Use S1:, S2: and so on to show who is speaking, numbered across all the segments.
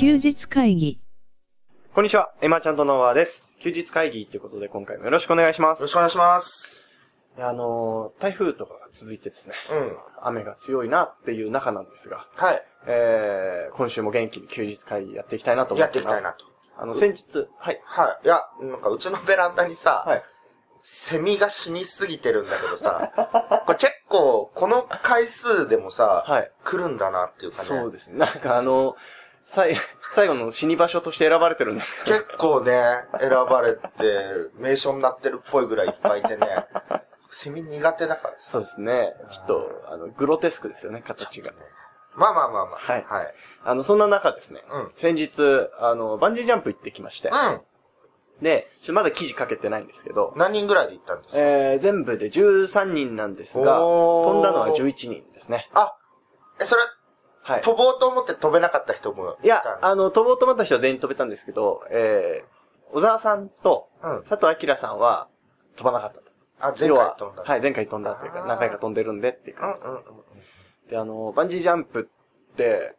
S1: 日会議。
S2: こんにちは、エマちゃんとノワーです。休日会議ということで今回もよろしくお願いしま
S3: よろ
S2: す
S3: しく。お願いします。
S2: いやあのー台風とかが続いてですね、
S3: うん。
S2: 雨が強いなっていう中なんですが、
S3: はい。
S2: えー、今週も元気に休日会議やっていきたいなと思
S3: や
S2: っ
S3: っ
S2: て
S3: てい
S2: い
S3: き
S2: ま
S3: たい
S2: す。
S3: なと。
S2: あの、先日、はい。
S3: はい。いや、なんかうちのベランダにさ、
S2: はい。
S3: セミが死にすぎてるんだけど さ、これ結構、この回数でもさ、
S2: はい
S3: 来るんだなっていうかね。
S2: そうですね。なんかあの、最、最後の死に場所として選ばれてるんですけど
S3: 結構ね、選ばれて、名所になってるっぽいぐらいいっぱいいてね、セミ苦手だからさ。
S2: そうですね。ちょっと、あの、グロテスクですよね、形が。
S3: まあまあまあまあ。
S2: はい
S3: はい。
S2: あの、そんな中ですね、
S3: うん
S2: 先日、あの、バンジージャンプ行ってきまして、で、ちょまだ記事書けてないんですけど
S3: う、ん。何人ぐらいで行ったんですか、
S2: えー、全部で13人なんですが、
S3: おー
S2: 飛んだのは11人ですね。
S3: あ、え、それ、
S2: はい。
S3: 飛ぼうと思って飛べなかった人も
S2: いや
S3: た、の
S2: あの、飛ぼうと思った人は全員飛べたんですけど、えー、小沢さんと
S3: うん、
S2: 佐藤明さんは飛ばなかったと。
S3: あ、前
S2: 要
S3: 回
S2: は
S3: 飛んだ。
S2: はい、前回飛んだというか
S3: あ、ー
S2: 何回か飛んでるんでっていう
S3: うん
S2: 感じです
S3: うんうん。
S2: で、あの、バンジージャンプって、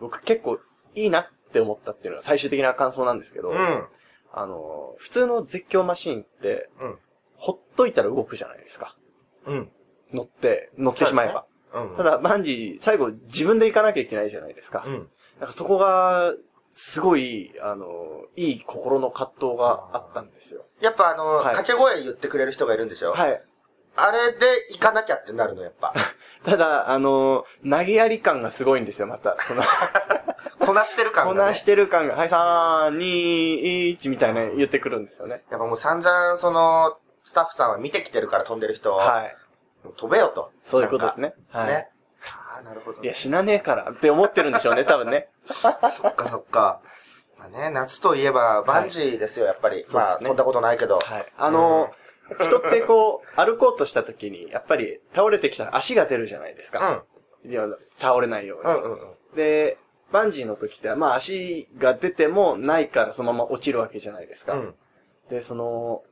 S2: 僕結構いいなって思ったっていうのが最終的な感想なんですけど、
S3: うん。
S2: あの、普通の絶叫マシーンって、
S3: うん。
S2: ほっといたら動くじゃないですか。
S3: うん。
S2: 乗って、乗ってしまえば。
S3: うん。
S2: た、だ、バンジー、最後自分で行かなきゃいけないじゃないですか。
S3: うん。
S2: なんかそこが、すごい、あの、いい心の葛藤があったんですよ。
S3: やっぱあの、
S2: はい
S3: 掛け声言ってくれる人がいるんでしょ
S2: はい。
S3: あれで行かなきゃってなるの、やっ ぱ。
S2: ただ、あの、投げやり感がすごいんですよ、また。 その、
S3: こなしてる感
S2: こ
S3: が、ね。
S2: なしてる感が、はい、3、2、1みたいな言ってくるんですよね。
S3: やっぱもう散々、その、スタッフさんは見てきてるから飛んでる人を、
S2: はい。
S3: もう飛べよと。
S2: そういうことですね。
S3: なん
S2: は
S3: か。
S2: い。
S3: ね。ああ、なるほど
S2: いや、
S3: ね。
S2: 死なねえからって思ってるんでしょう ね、多分ね。
S3: そっかそっか。まあね、夏といえば、バンジーですよ、やっぱり。
S2: すね
S3: まあ、飛んだことないけど。
S2: はい。あの、人ってこう、歩こうとした時に、やっぱり倒れてきたら足が出るじゃないです
S3: うん。う
S2: か。
S3: ん。
S2: いや倒れないように。
S3: うんうんうん。
S2: で、バンジーの時って、まあ足が出てもないからそのまま落ちるわけじゃないですか。
S3: うん。
S2: で、その、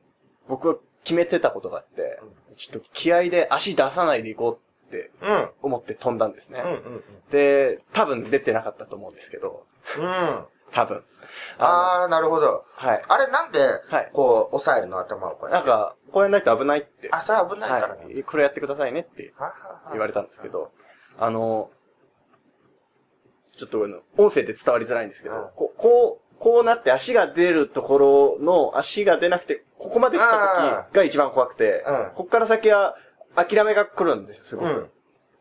S2: 僕は決めてたことがあって、ちょっと気合で足出さないでいこうって
S3: うん。
S2: 思って飛んだんですね。
S3: うん。うん。
S2: で、多分出てなかったと思うんですけど、
S3: うん。
S2: 多分。
S3: ああ、なるほど。
S2: のはい。
S3: あれなんで、
S2: はい
S3: こう、押さえるの頭をこうや
S2: な
S3: っ
S2: ん
S3: て。
S2: か、こうやんないと危ないって。
S3: あ、それは危ないからね。
S2: はい。これやってくださいねって
S3: ははは
S2: 言われたんですけ。ど、あの、ちょっとあの、音声で伝わりづらいんですけ
S3: うん
S2: ど、こうこう、こうなって足が出るところの足が出なくて、ここまで来た時が一番怖くて
S3: うん、
S2: こっから先は諦めが来るんですよ、すご
S3: う
S2: く。
S3: ん。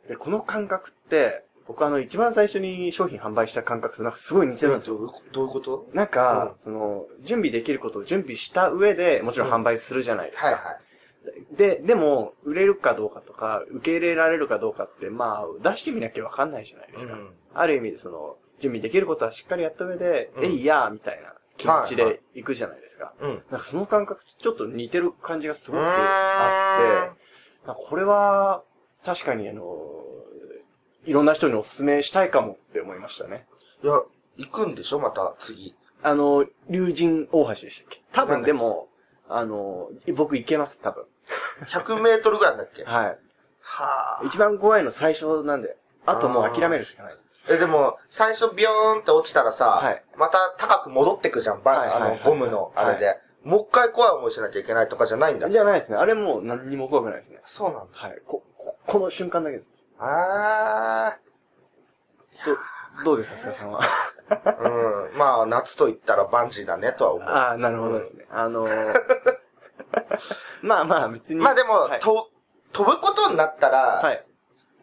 S2: でこの感覚って、僕あの、一番最初に商品販売した感覚となんかすごい似てるんですよ。
S3: どういうこどういうこと
S2: なんか、その、準備できることを準備した上で、もちろん販売するじゃないですか。
S3: はいはい。
S2: で、でも、売れるかどうかとか、受け入れられるかどうかって、まあ、出してみなきゃわかんないじゃないですか。
S3: うん
S2: ある意味で、その、準備できることはしっかりやった上で、
S3: うん
S2: えいやーみたいな気持ち
S3: はいは
S2: で行くじゃないですか。
S3: うん。
S2: なんかその感覚とちょっと似てる感じがすごく
S3: うーん
S2: あって、なんかこれは、確かにあの、いろんな人にお勧めしたいかもって思いましたね。
S3: いや、行くんでしょまた、次。
S2: あの、竜神大橋でしたっけ多
S3: なんだっ
S2: 分
S3: け
S2: でも、あの、僕行けます、多分。
S3: 100メートルぐらいなんだっけは
S2: はい。
S3: あ。
S2: 一番怖いの最初なんで、あともう諦めるしかない。
S3: え、でも、最初ビヨーンって落ちたらさ、
S2: はい
S3: また高く戻ってくじゃん、
S2: はい
S3: バ
S2: はい
S3: ン、
S2: はい
S3: あの、ゴムの、あれで。もう一回怖い思いしなきゃいけないとかじゃないんだ。
S2: じゃないですね。あれもう何にも怖くないですね。
S3: そうなんだ。
S2: はい。こ、ここの瞬間だけです。
S3: あ
S2: ど、どうですか、菅さんは。
S3: ー。うん。まあ、夏と言ったらバンジーだね、とは思う。
S2: ああ、なるほどですね。あのー、 まあまあ別に。
S3: まあでも、
S2: はい、
S3: と、飛ぶことになったら、
S2: はい。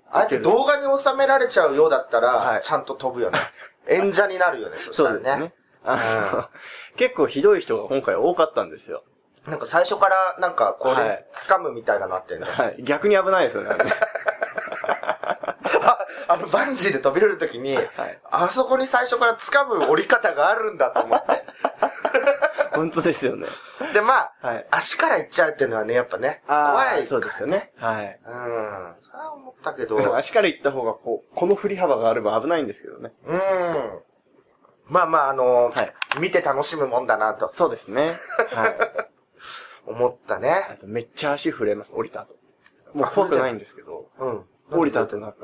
S3: ああやって動画に収められちゃうようだったら、
S2: はい
S3: ちゃんと飛 ぶよね。演者になるよね、そした
S2: そ
S3: ら
S2: う
S3: ね。
S2: ですね。あの、結構ひどい人が今回多かったんですよ。
S3: なんか最初から、なんかこ
S2: は
S3: れ
S2: い、
S3: 掴むみたいなのあってんね。
S2: はい。逆に危ないですよね。あれ ね
S3: ああの、バンジーで飛び降りるときに、
S2: はい
S3: あそこに最初から掴む降り方があるんだと思って。
S2: 本当ですよね。
S3: で、まあ、
S2: はい
S3: 足から行っちゃうっていうのはね、やっぱね、
S2: あー
S3: 怖い。
S2: そうですよね。。はい。
S3: うん。それは思ったけど、
S2: でも
S3: う
S2: 足から行った方が、こう、この振り幅があれば危ないんですけどね。
S3: ん。まあまあ、あの
S2: はい
S3: 見て楽しむもんだなと
S2: そうですね。はい。
S3: 思った
S2: あ
S3: ね。
S2: とめっちゃ足震えます、降りた後。もう怖くないんですけど、
S3: うん。
S2: 降りた後なんか、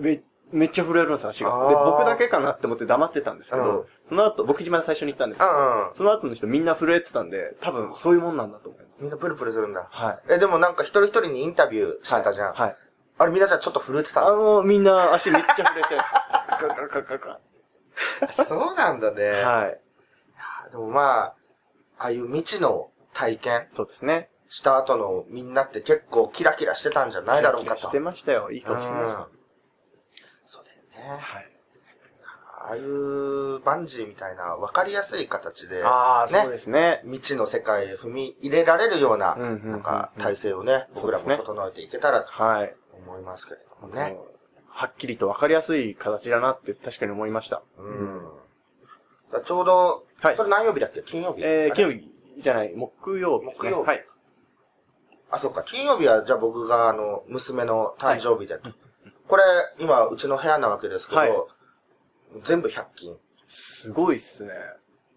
S2: め、めっちゃ震えるんです、足が。で、
S3: あー
S2: 僕だけかなって思って黙ってたんですけど、
S3: うん
S2: その後、僕一番最初に行ったんですけど、
S3: うん。
S2: その後の人みんな震えてたんで、多分そういうもんなんだと思います。
S3: みんなプルプルするんだ。
S2: はい。
S3: え、でもなんか一人一人にインタビューしてたじゃん。
S2: はい。
S3: あれみんなじゃあちょっと震えてた
S2: あ
S3: の
S2: の、みんな足めっちゃ震えて、ガガガガガ
S3: そうなんだね。
S2: ガ。はい。
S3: でもまあ、ああいう未知の体験
S2: そうですね。
S3: した後のみんなって結構キラキラしてたんじゃないだろう
S2: キ
S3: か
S2: ラキラ
S3: と。
S2: してましたよ。いい顔してまし
S3: うん
S2: た。
S3: そうだよね。
S2: はい。
S3: ああいうバンジーみたいな分かりやすい形で、
S2: ああ、
S3: ね
S2: そうですね。
S3: 未知の世界へ踏み入れられるような、
S2: うんうんうんうん
S3: なんか体制をね、
S2: そ
S3: 僕
S2: うで
S3: ら
S2: す
S3: も
S2: ね
S3: 整えていけたらと
S2: はい。
S3: 思いますけれども
S2: ね
S3: ね。。
S2: はっきりと分かりやすい形だなって確かに思いました。
S3: うん。だからちょうど、
S2: はい
S3: それ何曜日だっけ金曜日
S2: えー、
S3: 曜日。
S2: 金曜日じゃない、木曜日ですね。
S3: 木曜日
S2: はい。
S3: あ、そっか。金曜日は、じゃあ僕が、あの、娘の誕生日で。これ、今、うちの部屋なわけですけど、
S2: はい
S3: 全部100均。
S2: すごいっすね。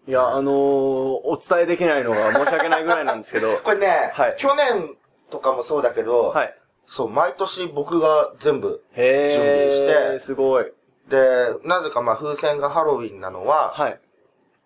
S2: いや、あのー、お伝えできないのが申し訳ないぐらいなんですけ ど、
S3: これね、
S2: はい
S3: 去年とかもそうだけど、
S2: はい。
S3: そう、毎年僕が全部。
S2: へー。
S3: 準備して
S2: すごい。
S3: で、なぜかまあ、風船がハロウィンなのは、
S2: はい。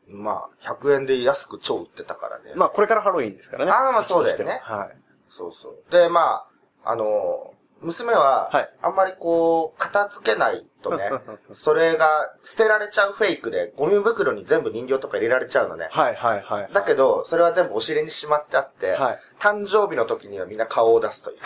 S3: まあ、100円で安く超売ってたからね。
S2: まあ、これからハロウィンですからね。
S3: あーまあそうだよね
S2: 私としてははい。
S3: そうそう。で、まあ、あの、娘は
S2: はい、
S3: あんまりこう、片付けない とね、それが捨てられちゃうフェイクで、ゴミ袋に全部人形とか入れられちゃうのね。
S2: はい、はい、はい。
S3: だけど、それは全部お尻にしまってあって、
S2: はい
S3: 誕生日の時にはみんな顔を出すという。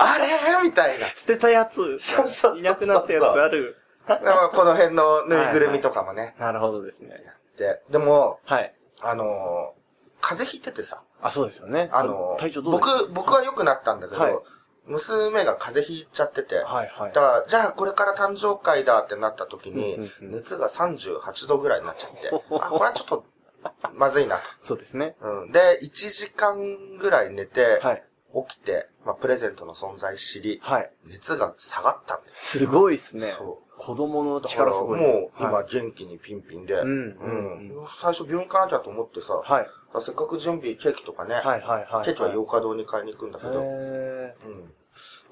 S3: あれみたいな。
S2: 捨てたやつ、
S3: そうそうそうそう
S2: いなくなったやつある。
S3: でもこの辺のぬいぐるみとかもね。
S2: なるほどですね。
S3: で、でも、
S2: はい。
S3: あのー風邪ひいててさ、
S2: あ、そうですよね。
S3: あのー
S2: 体調どうですか
S3: 僕、僕は良くなったんだけど、
S2: はい
S3: 娘が風邪ひいちゃってて、
S2: はい、はい
S3: だか。ら、じゃあこれから誕生会だってなった時
S2: うん
S3: に、
S2: うんうん
S3: 熱が38度ぐらいになっち ゃって、あ、これはちょっと、まずいな
S2: そうですね。
S3: と。うん、で、1時間ぐらい寝て、
S2: はい。
S3: 起きて、まあ、プレゼントの存在知り、
S2: はい。
S3: 熱が下がったんです。
S2: すごいっすね。
S3: そ
S2: 子供の
S3: だから
S2: 力すごいです。
S3: もう今
S2: はい、
S3: 元気にピンピンで、
S2: んうん
S3: うん最初病院行かなきゃと思ってさ、
S2: はい。
S3: せっかく準備、ケーキとかね、
S2: はい、はい、はい。
S3: ケーキは洋華堂に買いに行くんだけど、
S2: へ
S3: うん。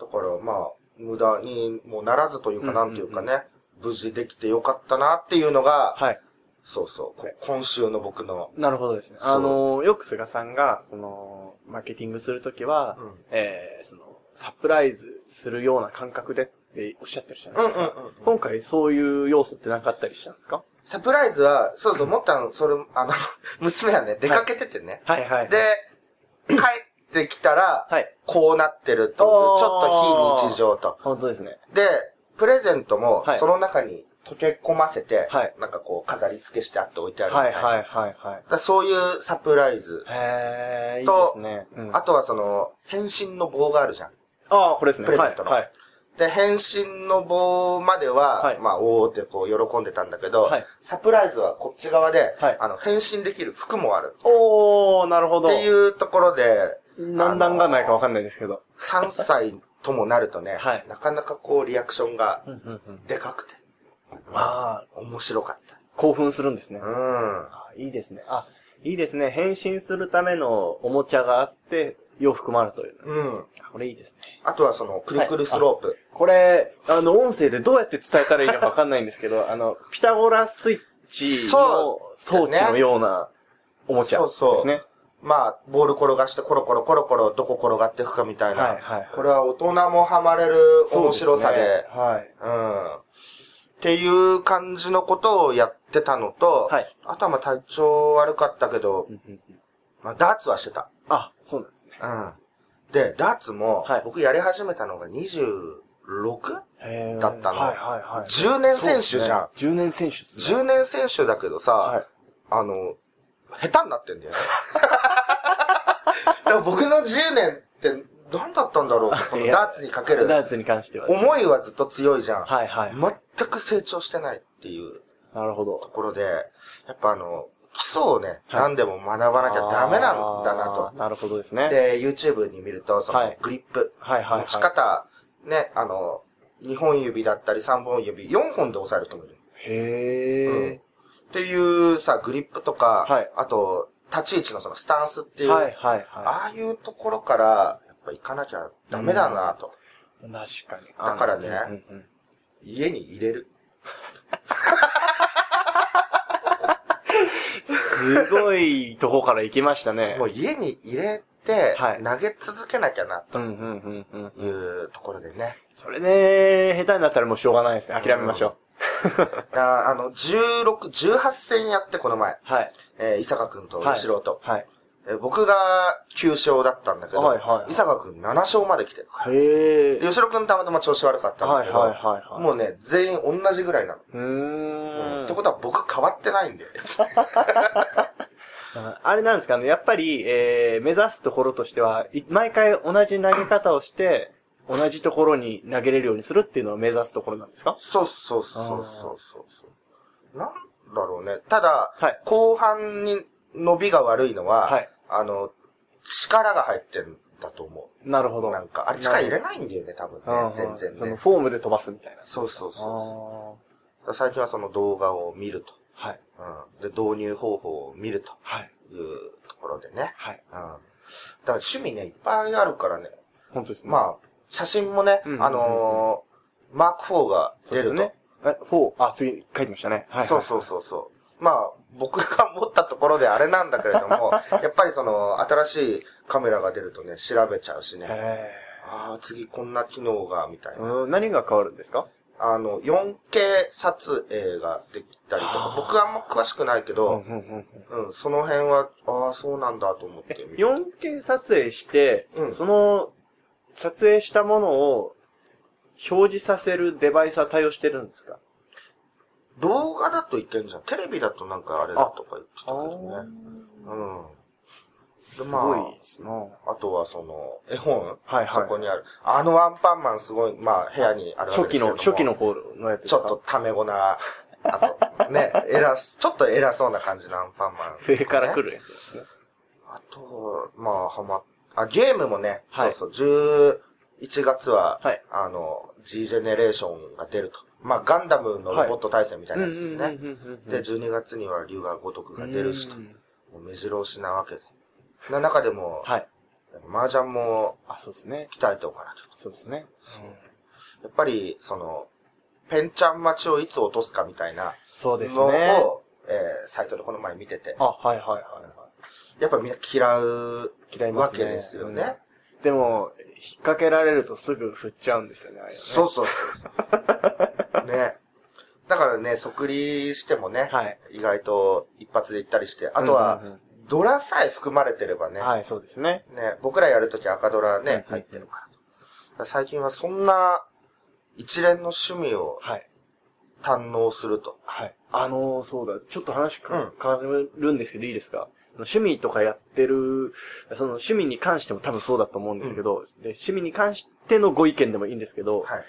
S3: だからまあ、無駄にもならずというか、
S2: うん
S3: なんていうかね、無事できてよかったなっていうのが、
S2: ーはい。
S3: そうそう、こ今週の僕の、
S2: なるほどですね。
S3: そう
S2: あの、よく菅さんが、その、マーケティングするときは、
S3: うん
S2: えー、その、サプライズするような感覚でっておっしゃってるじゃないですか。
S3: うんうんうんうん
S2: 今回そういう要素ってなかったりしたんですか
S3: サプライズは、そうそう、もったの、それ、あの、 娘はね、出かけててね、
S2: はいはい。
S3: で、帰ってきたら、
S2: はい。
S3: こうなってるという、ち
S2: おー
S3: ょっと非日常と。
S2: 本当ですね。
S3: で、プレゼントも
S2: はい、
S3: その中に溶け込ませて、
S2: はい
S3: なんかこう、飾り付けしてあって置いてあるみ
S2: は
S3: た
S2: い
S3: いな。
S2: はいはいはい。
S3: だからそういうサプライズ。
S2: へー、いいで
S3: と
S2: すね。うん、
S3: あ
S2: あ
S3: とはその、返信の棒があるじゃん。
S2: あー、これですね。
S3: プレゼントの
S2: はい。
S3: で、返信の棒までは、
S2: はい
S3: まあ、おーってこう、喜んでたんだけど、
S2: はい
S3: サプライズはこっち側で、
S2: はい
S3: あの、返信できる服もある。
S2: おー、なるほど。
S3: っていうところで、
S2: 何段がないかわかんないですけど。
S3: 3歳ともなるとね、
S2: はい
S3: なかなかこう、リアクションが
S2: うんうんうん。
S3: でかくて、
S2: ああ、
S3: 面白かっ
S2: 興奮するんですね
S3: た。。うん。
S2: あいいですね。あ、いいですね。変身するためのおもちゃがあって、洋服もあるという。
S3: うん。
S2: あこれいいですね。
S3: あとはその、くるくるスロープ。
S2: これ、あの、音声でどうやって伝えたらいいのかわかんないんですけ ど、あの、ピタゴラスイッチの装置のようなおもちゃ
S3: そ
S2: で
S3: う
S2: す
S3: そう
S2: ね。
S3: まあ、ボール転がしてコロコロコロコロどこ転がっていくかみたいな。
S2: はいはい
S3: これは大人もハマれる面白さで。
S2: そうすねはい。
S3: うん。っていう感じのことをやってたのと、
S2: はい
S3: あとはまあ体調悪かったけど、
S2: うんうんうん
S3: まあ、ダーツはしてた。
S2: あ、そうなんですね。
S3: うん。で、ダーツも、
S2: はい
S3: 僕やり始めたのが 26?10
S2: へー
S3: だったの
S2: はいはいはい。
S3: 年選手じゃ
S2: そう
S3: ん。
S2: ですね。10年選手ですね。
S3: 10年選手だけどさ、
S2: はい
S3: あの、下手になってんだよね。 だから僕の10年って何だったんだろうってこのダーツにかける。
S2: ダーツに関しては。はい
S3: 思いはずっと強いじゃん。
S2: はい。
S3: 全く成長してないっていう
S2: なるほ
S3: と
S2: ど。
S3: ころで、やっぱあの、基礎をね、
S2: はい
S3: 何でも学ばなきゃダメなんだな
S2: あーなるほどですね。
S3: と。で、YouTube に見ると、そ
S2: は
S3: の
S2: い
S3: グリップ、
S2: はいはいは
S3: 持
S2: い。
S3: ち方、ね、あの、2本指だったり3本指、4本で押さえると思う。
S2: へ
S3: っていうさ、グリップとか、
S2: はい
S3: あと、立ち位置のそのスタンスってい
S2: え。
S3: う、
S2: はいはいは
S3: ああいうところから、やっぱ行かなきゃダメだなと。
S2: い。確かに。
S3: だからね
S2: うんうんうん
S3: 家に入れる。
S2: すごいとこから行きましたね。
S3: もう家に入れて
S2: はい、
S3: 投げ続けなきゃな、
S2: うんうんうんうん。
S3: というところでね。
S2: それで、下手になったらもうしょうがないですね。諦めましょ う。
S3: ああの、16、18戦やってこの前、
S2: はい。
S3: えー、伊坂くんと
S2: はい
S3: 後ろと、
S2: はい。
S3: えー僕が9勝だったんだけど、
S2: はいはいはい
S3: 伊坂くん7勝まで来てる。
S2: へえ。
S3: で、後ろくんたまたま調子悪かったんだ
S2: はいはい
S3: けど、
S2: はいはい。
S3: もうね、全員同じぐらいなの。
S2: うーん。
S3: ってことは僕変わってないんで。
S2: ああれなんですかね、やっぱり、えー、目指すところとしては、い毎回同じ投げ方をして、同じところに投げれるようにするっていうのを目指すところなんですか
S3: そうそうそうそうそうそう。なんだろうね。ただ、
S2: はい
S3: 後半に伸びが悪いのは、
S2: はい
S3: あの、力が入ってんだと思
S2: なるほ
S3: う。
S2: ど。
S3: なんか、あれ力入れないんだよね、多分
S2: うんう
S3: ね
S2: ん。
S3: 全然
S2: その
S3: ね。
S2: フォームで飛ばすみたいな。
S3: そうそう
S2: あ
S3: そ
S2: あ。
S3: う。最近はその動画を見ると。
S2: はい。
S3: うん。で、導入方法を見ると
S2: はい。
S3: いうところでね。
S2: はい。
S3: うん。だから趣味ね、いっぱいあるからね。
S2: 本当ですね。あ、
S3: まあ、写真もね、
S2: うんうんうんうん
S3: あのーマーク4が
S2: そう
S3: 出
S2: です
S3: ると。
S2: ね。え、フォー、あ、次書いてましたね。はい、はい。
S3: そうそうそうそう。まあ、僕が持ったところであれなんだけれ ども、やっぱりその、新しいカメラが出るとね、調べちゃうしね。
S2: へ
S3: ああ、次こんな機能が、みたい
S2: ー
S3: な。
S2: うん、何が変わるんですか
S3: あの、4K 撮影ができたりとか、僕はあんま詳しくないけ
S2: うん、う
S3: ど、
S2: ん、うん。
S3: うん、その辺は、ああ、そうなんだと思って見て
S2: 4K 撮影して、
S3: うん
S2: その、撮影したものを表示させるデバイスは対応してるんですか
S3: 動画だといけんじゃん。テレビだとなんかあれだとか言ってたけどね。
S2: す
S3: うん。で、
S2: ご
S3: ま
S2: いですな
S3: あ、あとはその、絵本
S2: はい
S3: そ
S2: は
S3: こ
S2: い。
S3: にある。あのワンパンマンすごい、まあ、部屋にあるわ
S2: 初
S3: けですけ
S2: 期
S3: ども
S2: の、初期の。頃のやつです
S3: ちょ
S2: か
S3: っとタメ語な、あと、 ね、偉す、ちょっと偉そうな感じのアンパンマン、
S2: 上から来。るやつですね。
S3: あと、まあ、はま、あ、ゲームもね、
S2: はい
S3: そうそう、11月は、
S2: はい
S3: あの、G ジェネレーションが出ると。まあ、ガンダムのロボット対戦みたいなやつですね。で、12月には竜が如くが出るしと。
S2: う
S3: も
S2: ん
S3: う目白押しなわけで。な中でも、
S2: はい。
S3: 麻雀も
S2: あ、そうですね。
S3: 鍛えておかなきゃ。
S2: そうですね。
S3: やっぱり、その、ペンちゃん待ちをいつ落とすかみたいな
S2: そうですね。
S3: のを、えーサイトでこの前見てて、
S2: あ、はいはいはいは
S3: やっぱみんな嫌う
S2: い。嫌いま
S3: わ
S2: すね。
S3: けですよね。
S2: うん。でも、引っ掛けられるとすぐ振っちゃうんですよね、あれはね
S3: そうそうそうそう。ね。だからね、即利してもね、
S2: はい
S3: 意外と一発で行ったりして、あと
S2: うん
S3: は、
S2: うんうん
S3: ドラさえ含まれてればね、
S2: はい、そうですね。
S3: ね、僕らやるとき赤ドラ
S2: うんうん
S3: ね、入ってるからと。だから最近はそんな一連の趣味を
S2: はい。
S3: 堪能すると。
S2: はい。あのー、そうだ。ちょっと話か
S3: うん
S2: 変わるんですけど、いいですかあの趣味とかやってる、その趣味に関しても多分そうだと思うんですけど、で趣味に関してのご意見でもいいんですけど、
S3: はい。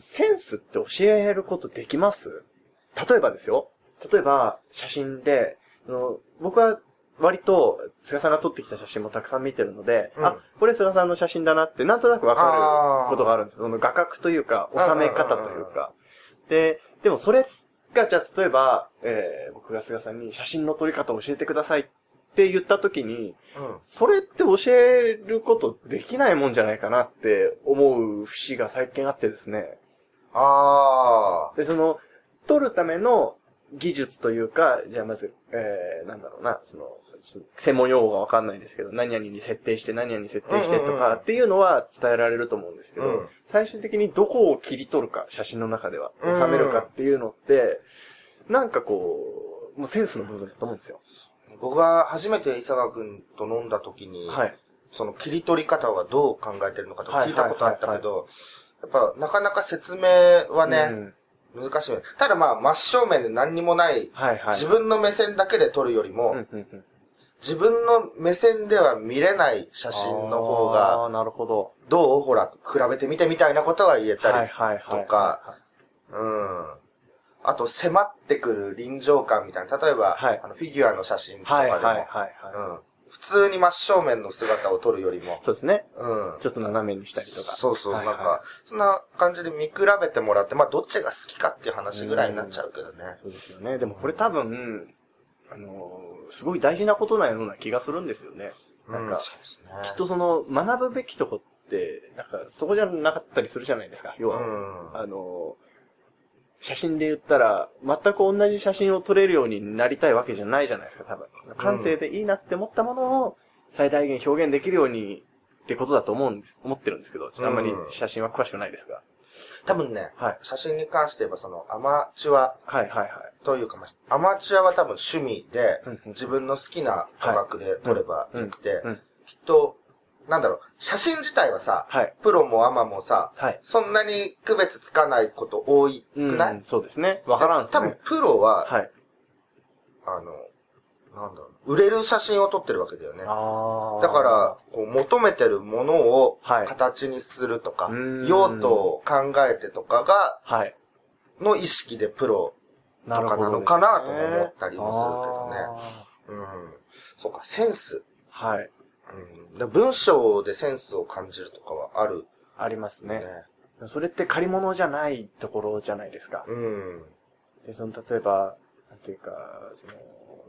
S2: センスって教えることできます例えばですよ。例えば、写真で、あの僕は割と、菅さんが撮ってきた写真もたくさん見てるので、
S3: うん
S2: あ、これ菅さんの写真だなって、なんとなくわか
S3: あー
S2: ることがあるんです。その画角というか、収め方というか。で、でもそれが、じゃあ例えば、えー僕が菅さんに写真の撮り方を教えてくださいって言った時に、
S3: うん。
S2: それって教えることできないもんじゃないかなって思う節が最近あってですね。
S3: あ
S2: で、その、撮るための技術というか、じゃあまず、えー、なんだろうな、その、ちょっと専門用語がわかんないですけど、何々に設定して、何々に設定して
S3: うんうん
S2: と
S3: うん
S2: かっていうのは伝えられると思うんですけど、
S3: うん
S2: 最終的にどこを切り取るか、写真の中では、
S3: うん
S2: 収めるかっていうのって、なんかこう、もうセンスの部分だと思うんですよ。
S3: あ。僕が初めて伊坂くんと飲んだ時に、
S2: はい。
S3: その切り取り方はどう考えてるのかとか聞いたことあったけど、やっぱなかなか説明は
S2: う
S3: ね、
S2: ん
S3: 難しいよね。ただまあ真正面で何にもない、
S2: はいはい。
S3: 自分の目線だけで撮るよりも、
S2: うんうんうん
S3: 自分の目線では見れない写真の方が、
S2: あーなるほど。
S3: どうほら、比べてみてみたいなことは言えたり、
S2: はいはいはい。
S3: とか、うん。あと、迫ってくる臨場感みたいな。例えば、
S2: はい
S3: あのフィギュアの写真とか
S2: はい
S3: で
S2: は
S3: も、
S2: いはいはい。
S3: うん。普通に真正面の姿を撮るよりも、
S2: そうですね。
S3: うん。
S2: ちょっと斜めにしたりとか。
S3: そうそう、な
S2: は
S3: ん
S2: いはい
S3: か、そんな感じで見比べてもらって、まあ、どっちが好きかっていう話ぐらいになっちゃうけどね。
S2: そうですよね。でもこれ多分、あのーすごい大事なことなような気がするんですよね。なんか、
S3: そうですね。
S2: きっとその、学ぶべきとこって、なんか、そこじゃなかったりするじゃないですか、要
S3: う
S2: は。
S3: ん。
S2: あの写真で言ったら、全く同じ写真を撮れるようになりたいわけじゃないじゃないですか、多分。感性でいいなって思ったものを最大限表現できるようにってことだと思うんです、思ってるんですけど、ちょっとあんまり写真は詳しくないですが。
S3: 多分ね、
S2: はい
S3: 写真に関して言えばそのアマチュア
S2: はいはいはい。
S3: というか、まあアマチュアは多分趣味で
S2: うんうん、
S3: 自分の好きな価格で撮ればよくて
S2: う、ん。
S3: きっと、なんだろう、写真自体はさ、
S2: はい。
S3: プロもアマもさ、
S2: はい。
S3: そんなに区別つかないこと多いくない、
S2: うん、そうですね。わからんっす
S3: 多分
S2: ね。
S3: プロは、
S2: はい。
S3: あの、なんだろう、売れる写真を撮ってるわけだよね。
S2: あー
S3: だから、、こう求めてるものを
S2: はい
S3: 形にするとか、
S2: うーん
S3: 用途を考えてとかが、
S2: はい。
S3: の意識でプロと
S2: なる
S3: か
S2: ほ
S3: な
S2: ど
S3: の
S2: ですね。
S3: かなとも思ったりもするけどね。
S2: あ
S3: うん。そうか、センス。
S2: ーはい。
S3: うん、で文章でセンスを感じるとかはある
S2: あります
S3: ね。
S2: ね。それって借り物じゃないところじゃないですか。
S3: うん。
S2: で、その、例えば、なんていうか、その、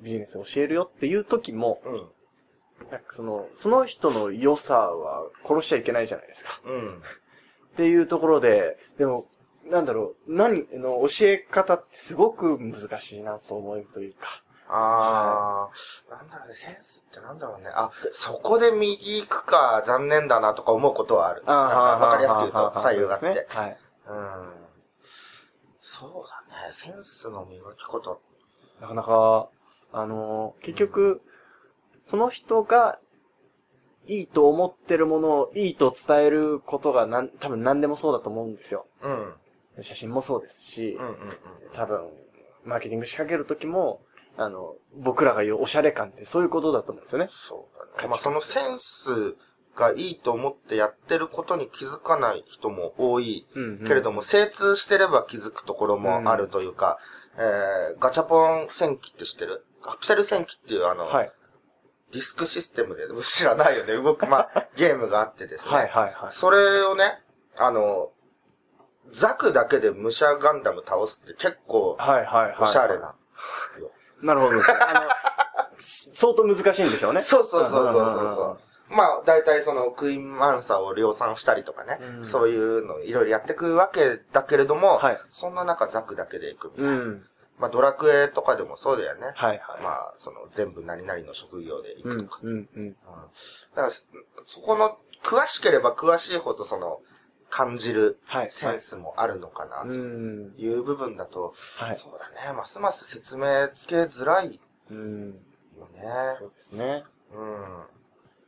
S2: ビジネスを教えるよっていう時も、
S3: うん。
S2: なんかその、その人の良さは殺しちゃいけないじゃないですか。
S3: うん。
S2: っていうところで、でも、なんだろう、何、あの教え方ってすごく難しいなと思うというか。
S3: あー、なんだろうね、センスってなんだろうね。あ、そこで右行くか、残念だなとか思うことはある。なんかわかりやすく言うと、左右があっ
S2: そうですね。
S3: て
S2: はい。
S3: うん。そうだね、センスの磨き方。
S2: なかなか、あのー結局、その人が、いいと思ってるものをいいと伝えることがなん、多分何でもそうだと思うんですよ。
S3: うん。うん
S2: 写真もそうですし
S3: う、んうん。
S2: 多分、マーケティング仕掛けるときも、あの、僕らが言うおしゃれ感ってそういうことだと思うんですよね。
S3: そうだね。まあそのセンスがいいと思ってやってることに気づかない人も多い
S2: うん、
S3: けれども、精通してれば気づくところもあるというか、えー、ガチャポン戦記って知ってるカプセル戦記っていうあの、
S2: はい。
S3: ディスクシステムで、知らないよね、 動く、まあ、ゲームがあってですね。
S2: はいはいはい。
S3: それをね、あの、ザクだけで武者ガンダム倒すって結構、
S2: はいはいはい。
S3: おしゃれな。よ
S2: なるほどですね。 あの、相当難しいんでしょうね。
S3: そうそうそうそうそう
S2: うんうんうんうん
S3: そう。まあ、大体その、クイーンアンサーを量産したりとかね、
S2: うん
S3: そういうのいろいろやってくわけだけれども、
S2: はい
S3: そんな中ザクだけでいくみたいな。
S2: うん。
S3: まあ、ドラクエとかでもそうだよね。
S2: はいはい。
S3: まあ、その、全部何々の職業でいく
S2: う
S3: と
S2: ん
S3: か。、
S2: うん、うん。
S3: うんだから、そそこの、詳しければ詳しいほどその、感じる
S2: はい
S3: センスもあるのかな、
S2: う
S3: と
S2: ん。
S3: いう部分だと、
S2: はい。
S3: そうだね、ますます説明つけづらい
S2: うん。
S3: よね。
S2: そうですね。
S3: うん。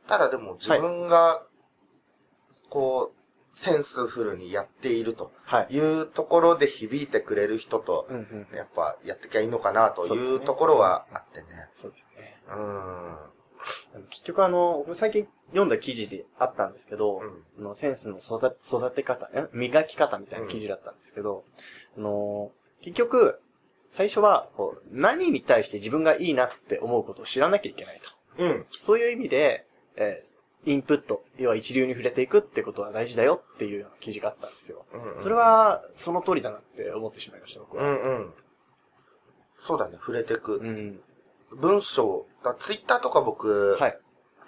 S3: ただでも自分が、こう、センスフルにやっていると
S2: はい。
S3: いうところで響いてくれる人と
S2: う、ん、うん。
S3: やっぱやってきゃいいのかなと
S2: そうで
S3: い
S2: す
S3: う
S2: ね
S3: ところはあってね。
S2: そうですね。
S3: うん。
S2: でも結局あの、僕最近読んだ記事であったんですけど、
S3: うん
S2: あのセンスの育て育て方、え磨き方みたいな記事だったんですけど、あのー結局、最初はこう、何に対して自分がいいなって思うことを知らなきゃいけないと。
S3: うん。
S2: そういう意味で、えーインプット、要は一流に触れていくってことは大事だよっていうような記事があったんですよ。
S3: うん
S2: それ、は、その通りだなって思ってしまいました、僕
S3: う
S2: は。
S3: んうん。そうだね、触れてく。
S2: うん。
S3: 文章、だツイッターとか僕、
S2: はい。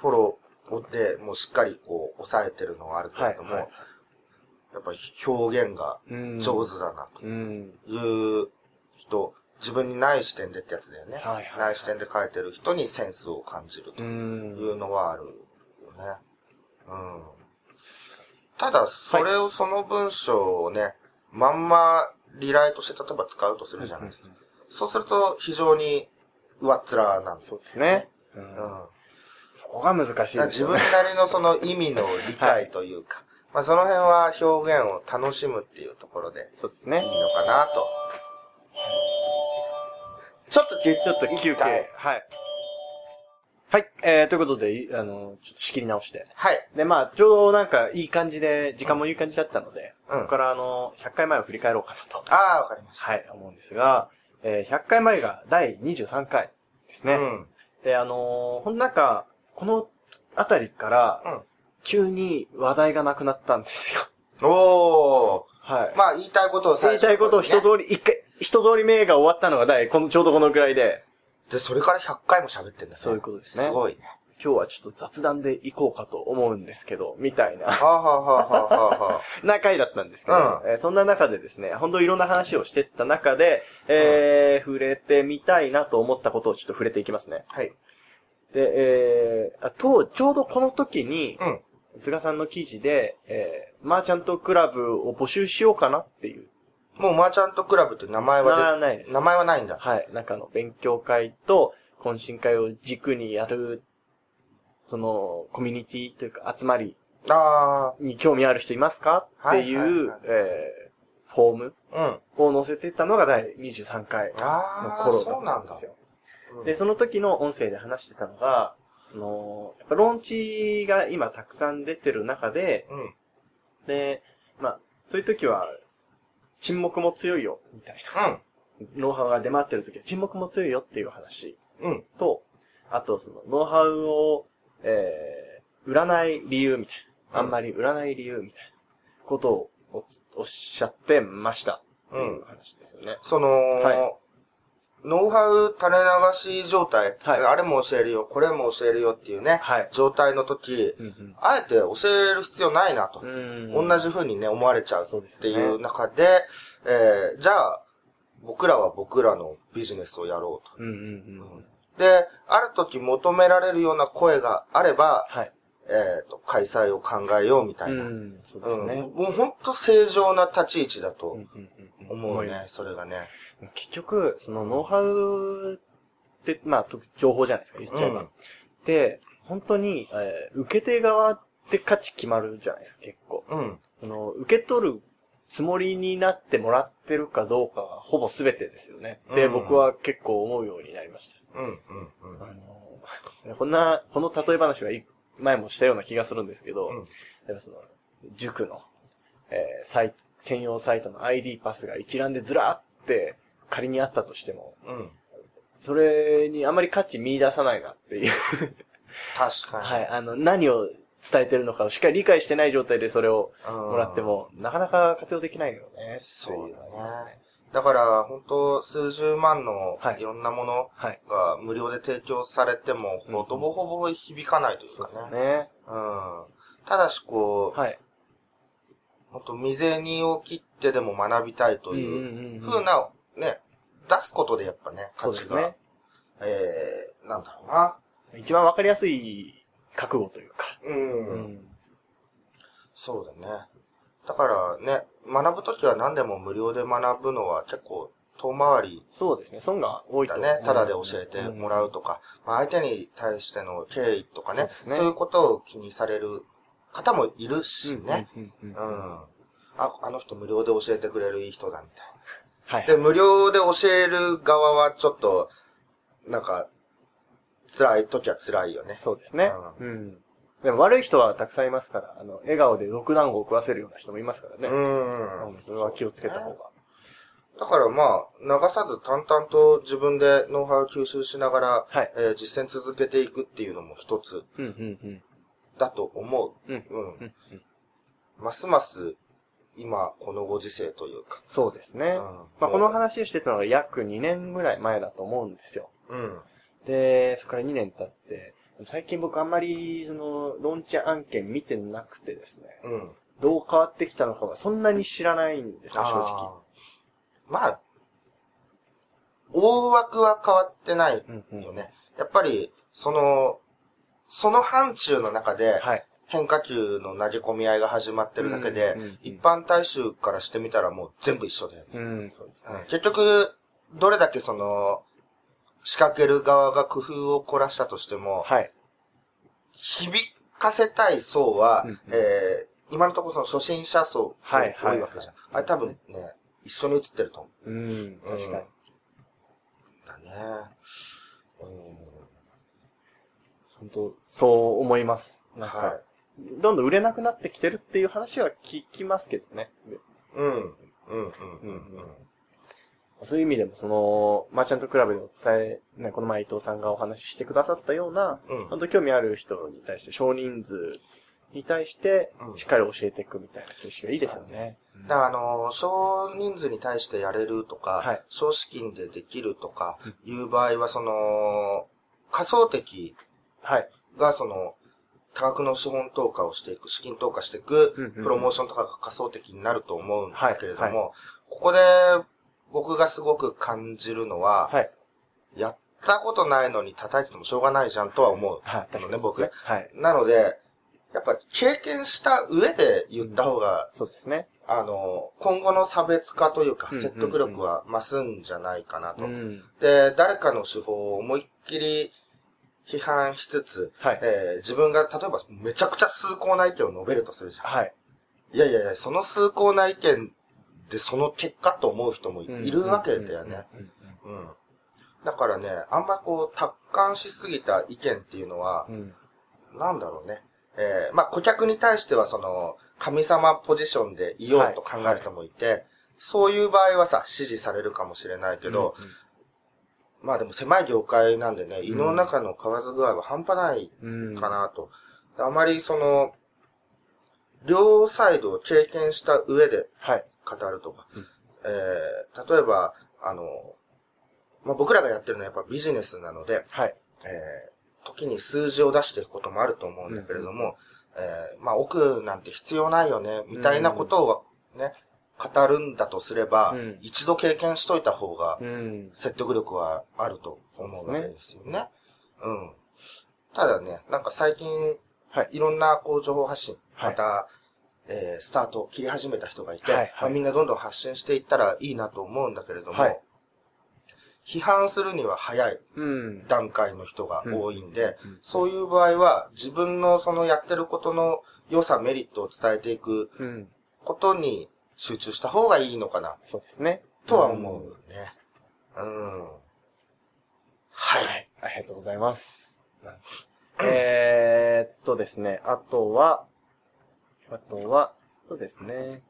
S3: フォローでもうしっかりこう、抑えてるのはあるけ
S2: は
S3: れ
S2: い。
S3: ども、やっぱり表現が
S2: うん
S3: 上手だなと。
S2: うん。
S3: いう人、自分にない視点でってやつだよね。
S2: はいはいはい
S3: ない視点で書いてる人にセンスを感じ
S2: う
S3: ると
S2: ん。
S3: いうのはあるよね。うん。ただ、それを、その文章をね、まんまリライトして例えば使うとするじゃないですか。そうすると非常に上っ面なんです
S2: そ
S3: よ。
S2: うですね。う
S3: うんん。だか
S2: そこが難しい
S3: ら
S2: です
S3: 自
S2: よ
S3: 分
S2: ね。
S3: なりのその意味の理解というか、まあその辺は表現を楽しむっていうところで
S2: そうです
S3: いい
S2: ね。
S3: のかなと。ちょっと休
S2: ちょっと休
S3: 一回
S2: 憩。はい。はい。えー、ということで、いあの、ちょっと仕切り直して。
S3: はい。
S2: で、まあ、ちょうどなんか、いい感じで、時間もいい感じだったので、
S3: うん
S2: ここからあの、100回前を振り返ろうかなと、
S3: ああ、わかりまし
S2: はい、思うんですが、えー、100回前が第23回です
S3: た。
S2: ね。
S3: うん。
S2: で、あのーほんなんか、このあたりから、
S3: うん
S2: 急に話題がなくなったんです よ。
S3: お
S2: はい
S3: ー。。まあ、言いたいことを
S2: 言い
S3: 最初
S2: た
S3: にね
S2: いことを一通り、一回、一通り目が終わったのが第、この、ちょうどこのくらいで、
S3: で、それから100回も喋ってんだね。
S2: そういうことですね
S3: すごいね。
S2: 今日はちょっと雑談で行こうかと思うんですけど、みたいな
S3: はあ、はあはあはあはあ、
S2: な回だったんですけど、
S3: う
S2: えーそんな中でですね、本当いろんな話をしてった中で、えー触れてみたいなと思ったことをちょっと触れていきますね。
S3: はい。
S2: で、えー、あと、ちょうどこの時に、
S3: うん。
S2: 菅さんの記事で、えー、マーチャントクラブを募集しようかなっていう。
S3: もうマーチャントクラブって名前
S2: な
S3: は
S2: らないで
S3: 出
S2: す。
S3: 名前はないんだ。
S2: はい。なんかあの、勉強会と懇親会を軸にやる、その、コミュニティというか集まり
S3: あ
S2: に興味ある人いますかっていう、
S3: はいはいはい
S2: えー、フォーム
S3: あ、うん。
S2: を載せてったのが第23回の
S3: ああ、
S2: 頃
S3: そう
S2: だ
S3: な
S2: っ
S3: ん
S2: たん
S3: だ
S2: です。よ。
S3: うん
S2: で、その時の音声で話してたのが、あのーやっぱローンチが今たくさん出てる中で、
S3: うん。
S2: で、まあ、そういう時は、沈黙も強いよ、みたいな。ノウハウが出回ってる時は沈黙も強いよっていう話
S3: うん。うん。
S2: と、あと、その、ノウハウを、えー、売らない理由みたいな。あんまり売らない理由みたいなことをおおっしゃってました。っていう話ですよね。
S3: その、
S2: は
S3: ノウハウ垂れ流し状態、
S2: はい
S3: あれも教えるよ、これも教えるよっていうね、
S2: はい
S3: 状態の時、
S2: うん
S3: あえて教える必要ないなと。
S2: うん。
S3: 同じ風にね、思われちゃう
S2: そうです
S3: っ
S2: よ
S3: て
S2: ね
S3: いう中で、えーじゃあ、僕らは僕らのビジネスをやろう
S2: うんうんうん。
S3: と。で、ある時求められるような声があれば、
S2: はい。
S3: えっ、と、開催を考えようみたいうな。うん。
S2: ん、そうですね。
S3: もう本当正常な立ち位置だ
S2: う
S3: と
S2: んうんうん
S3: 思う
S2: い
S3: ね、
S2: ます
S3: それがね。
S2: 結局、そのノウハウって、まあ、と情報じゃないですか、言っちゃえば。
S3: うん
S2: で、本当に、えー受け手側って価値決まるじゃないですか、結構。
S3: うん。
S2: その、受け取るつもりになってもらってるかどうかがほぼ全てですよね。で、
S3: うん
S2: 僕は結構思うようになりました。
S3: うん、うん、うん。
S2: あの、こんな、この例え話はい前もしたような気がするんですけど、
S3: うん
S2: 例えばその、塾の、えーサイ専用サイトの ID パスが一覧でずらーって仮にあったとしても、
S3: うん。
S2: それにあまり価値見出さないなっていう。
S3: 確かに。
S2: はい。あの、何を伝えてるのかをしっかり理解してない状態でそれを
S3: うん
S2: もらっても、なかなか活用できないよね。
S3: そう
S2: ってい
S3: だ
S2: のがあります
S3: ね。。だから、本当数十万の
S2: はい
S3: いろんなもの
S2: はい。
S3: が無料で提供されても、
S2: うん
S3: ほぼほぼ響かないという
S2: そうで
S3: か
S2: す
S3: ね。
S2: ね。
S3: うん。ただし、こ
S2: はい。
S3: う、本当未然を切ってでも学びたいという
S2: うんうんうん
S3: ふうな、ね、出すことでやっぱね、
S2: そ
S3: 価
S2: うです
S3: 値が
S2: ね、。
S3: えー、なんだろうな。
S2: 一番わかりやすい覚悟というか。
S3: う。
S2: うんん。
S3: そうだね。だからね、学ぶときは何でも無料で学ぶのは結構遠回り
S2: そうですね。損が多いと
S3: だ
S2: 思います
S3: ね、ただで教えてもらうとか、まあ、相手に対しての敬意とかね
S2: そうです
S3: そう
S2: ね
S3: いうことを気にされる方もいるしね。。
S2: うんうんうん
S3: う
S2: うん
S3: ん。あ、あの人無料で教えてくれるいい人だみたい
S2: はい
S3: な。で、。無料で教える側はちょっと、なんか、辛い時は辛いよね。
S2: そうですね。うん。でも悪い人はたくさんいますから、あの、笑顔で毒団子を食わせるような人もいますから
S3: う
S2: ね。
S3: ん
S2: うん。それは気をつけた方が。
S3: だからまあ、流さず淡々と自分でノウハウを吸収しながら、
S2: はい
S3: えー実践続けていくっていうのも一つ
S2: うんうん
S3: だと思う。
S2: うん。うん。
S3: うん
S2: うんうん
S3: ますます今、このご時世というか。
S2: そうですね。まあ、この話をしてたのが約2年ぐらい前だと思うんですよ。
S3: うん。
S2: で、そこから2年経って、最近僕あんまり、その、論知案件見てなくてですね、
S3: うん。
S2: どう変わってきたのかはそんなに知らないんですよ、正直。
S3: あー。まあ、大枠は変わってないよ
S2: うん
S3: ね。
S2: うん
S3: やっぱり、その、その範疇の中で、
S2: はい。
S3: 変化球の投げ込み合いが始まってるだけで、
S2: うんうんうん
S3: 一般大衆からしてみたらもう全部一緒で。
S2: うん、そうです
S3: うん
S2: ね。
S3: 結局、どれだけその、仕掛ける側が工夫を凝らしたとしても、
S2: はい。
S3: 響かせたい層は、
S2: うんうん
S3: えー今のところその初心者層が
S2: はい
S3: 多
S2: はい
S3: いわけじゃん。あれ多分ね、一緒に映ってると思
S2: うん、
S3: う。
S2: 確かに。
S3: うん。だね。
S2: 本当そう思います。
S3: うん。
S2: なんか、
S3: は
S2: どんどん売れなくなってきてるっていう話は聞きますけどね。で
S3: い。うん。うん。うん。うん。
S2: そういう意味でも、その、マーチャントクラブでお伝え、ね、この前伊藤さんがお話ししてくださったような、
S3: うん
S2: 本当興味ある人に対して、少人数に対して
S3: う、ん
S2: しっかり教えていくみたいな形式がいいですよね。
S3: だからあのー少人数に対してやれるとか、
S2: はい
S3: 少資金でできるとか、いう場合は、その、仮想的
S2: はい。
S3: が、その、多額の資本投下をしていく、資金投下していく
S2: うんうんう、ん
S3: プロモーションとかが仮想的になると思うんだけれども、
S2: はいは
S3: ここで僕がすごく感じるのは、
S2: はい。
S3: やったことないのに叩いててもしょうがないじゃんとは思う。
S2: はい。
S3: あ
S2: 確
S3: の
S2: か
S3: ね、
S2: に。
S3: 僕。
S2: はい。
S3: なので、やっぱ経験した上で言った方が、
S2: そうですね。
S3: あの、今後の差別化というか、
S2: うんうんうん
S3: 説得力は増すんじゃないかなと。
S2: うん。
S3: で、誰かの手法を思いっきり批判しつつ、
S2: はい
S3: えー自分が例えばめちゃくちゃ崇高な意見を述べるとするじゃん。
S2: はい。
S3: いやいやいや、その崇高な意見でその結果と思う人もいるわけだよね。
S2: うんうんうん
S3: うん。だからね、あんまこう、達観しすぎた意見っていうのは、
S2: うん。うん
S3: なんだろうね。えーまあ、顧客に対してはその、神様ポジションでいようと考える人もいて、そういう場合はさ、支持されるかもしれないけど、、まあでも狭い業界なんでね、胃の中の買わず具合は半端ない
S2: うん。
S3: か。なと。あまりその、両サイドを経験した上で
S2: はい。
S3: 語るとか、
S2: うん
S3: えー例えば、あの、まあ、僕らがやってるのはやっぱビジネスなので、
S2: はい。
S3: えー時に数字を出していくこともあると思うんだけれども、えーまあ、奥なんて必要ないよね、みたいなことをね、語るんだとすれば、
S2: うん
S3: 一度経験しといた方が
S2: うん。
S3: 説得力はあると思うわけですよね。うん。ただね、なんか最近、
S2: はい
S3: い、ろんなこう情報発信、
S2: はい
S3: また、えースタートを切り始めた人がいて、
S2: はいはい
S3: まあみんなどんどん発信していったらいいなと思うんだけれども、
S2: はい
S3: 批判するには早い
S2: うん。
S3: 段階の人が多いんで、
S2: うんうん
S3: そういう場合は自分のそのやってることの良さ、メリットを伝えていく
S2: うん。
S3: ことに集中した方がいいのかな、
S2: そうですね。
S3: とは思うね。うん。はい。
S2: はい。ありがとうございます。えーっとですね、あとは、あとは、そうですね。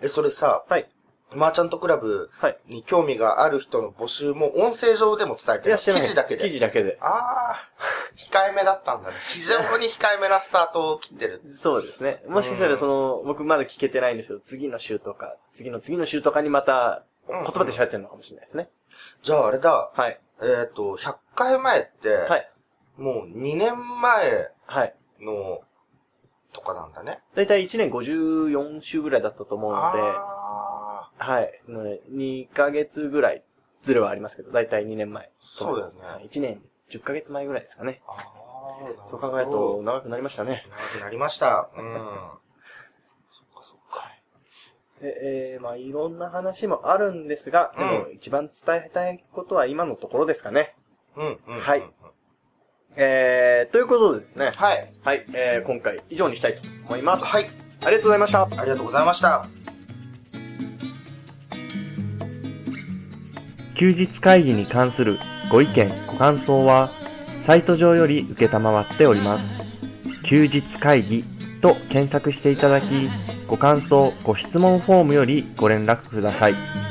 S3: え、それさ、
S2: はい。
S3: マーチャントクラブ
S2: はい。
S3: に興味がある人の募集も音声上でも伝え
S2: い
S3: て
S2: や、
S3: る。
S2: 知ら
S3: 記
S2: ないす
S3: 事だけ
S2: 記
S3: で。
S2: 事だけで。
S3: あー、控えめだったんだね。非常に控えめなスタートを切ってる。
S2: そうですね。もしかしたら、その、僕まだ聞けてないんですけど、次の週とか、次の次の週とかにまた、
S3: うん
S2: 言葉で喋ってるのかもしれないですね。
S3: じゃああれだ、
S2: はい。
S3: えっ、と、100回前って、
S2: はい。
S3: もう2年前
S2: はい。
S3: の、とかなんだね。
S2: だいたい1年54週ぐらいだったと思うので、
S3: あー、
S2: はい。2ヶ月ぐらい、ずれはありますけど、だいたい2年前。
S3: そうだよね
S2: はい1年10ヶ月前ぐらいですかね。
S3: あー
S2: そう考える。と、長くなりましたね。
S3: なるほど長くなりました。うん。そっかそっか。
S2: でえー、まあいろんな話もあるんですが、でも一番伝えたいことは今のところですかね。
S3: うん、うんうん。
S2: はいえー、ということでですね。
S3: はい。
S2: はい、えー、今回以上にしたいと思います。
S3: はい。
S2: ありがとうございました。
S3: ありがとうございました。
S2: 休日会議に関するご意見、ご感想は、サイト上より受けたまわっております。休日会議と検索していただき、ご感想、ご質問フォームよりご連絡ください。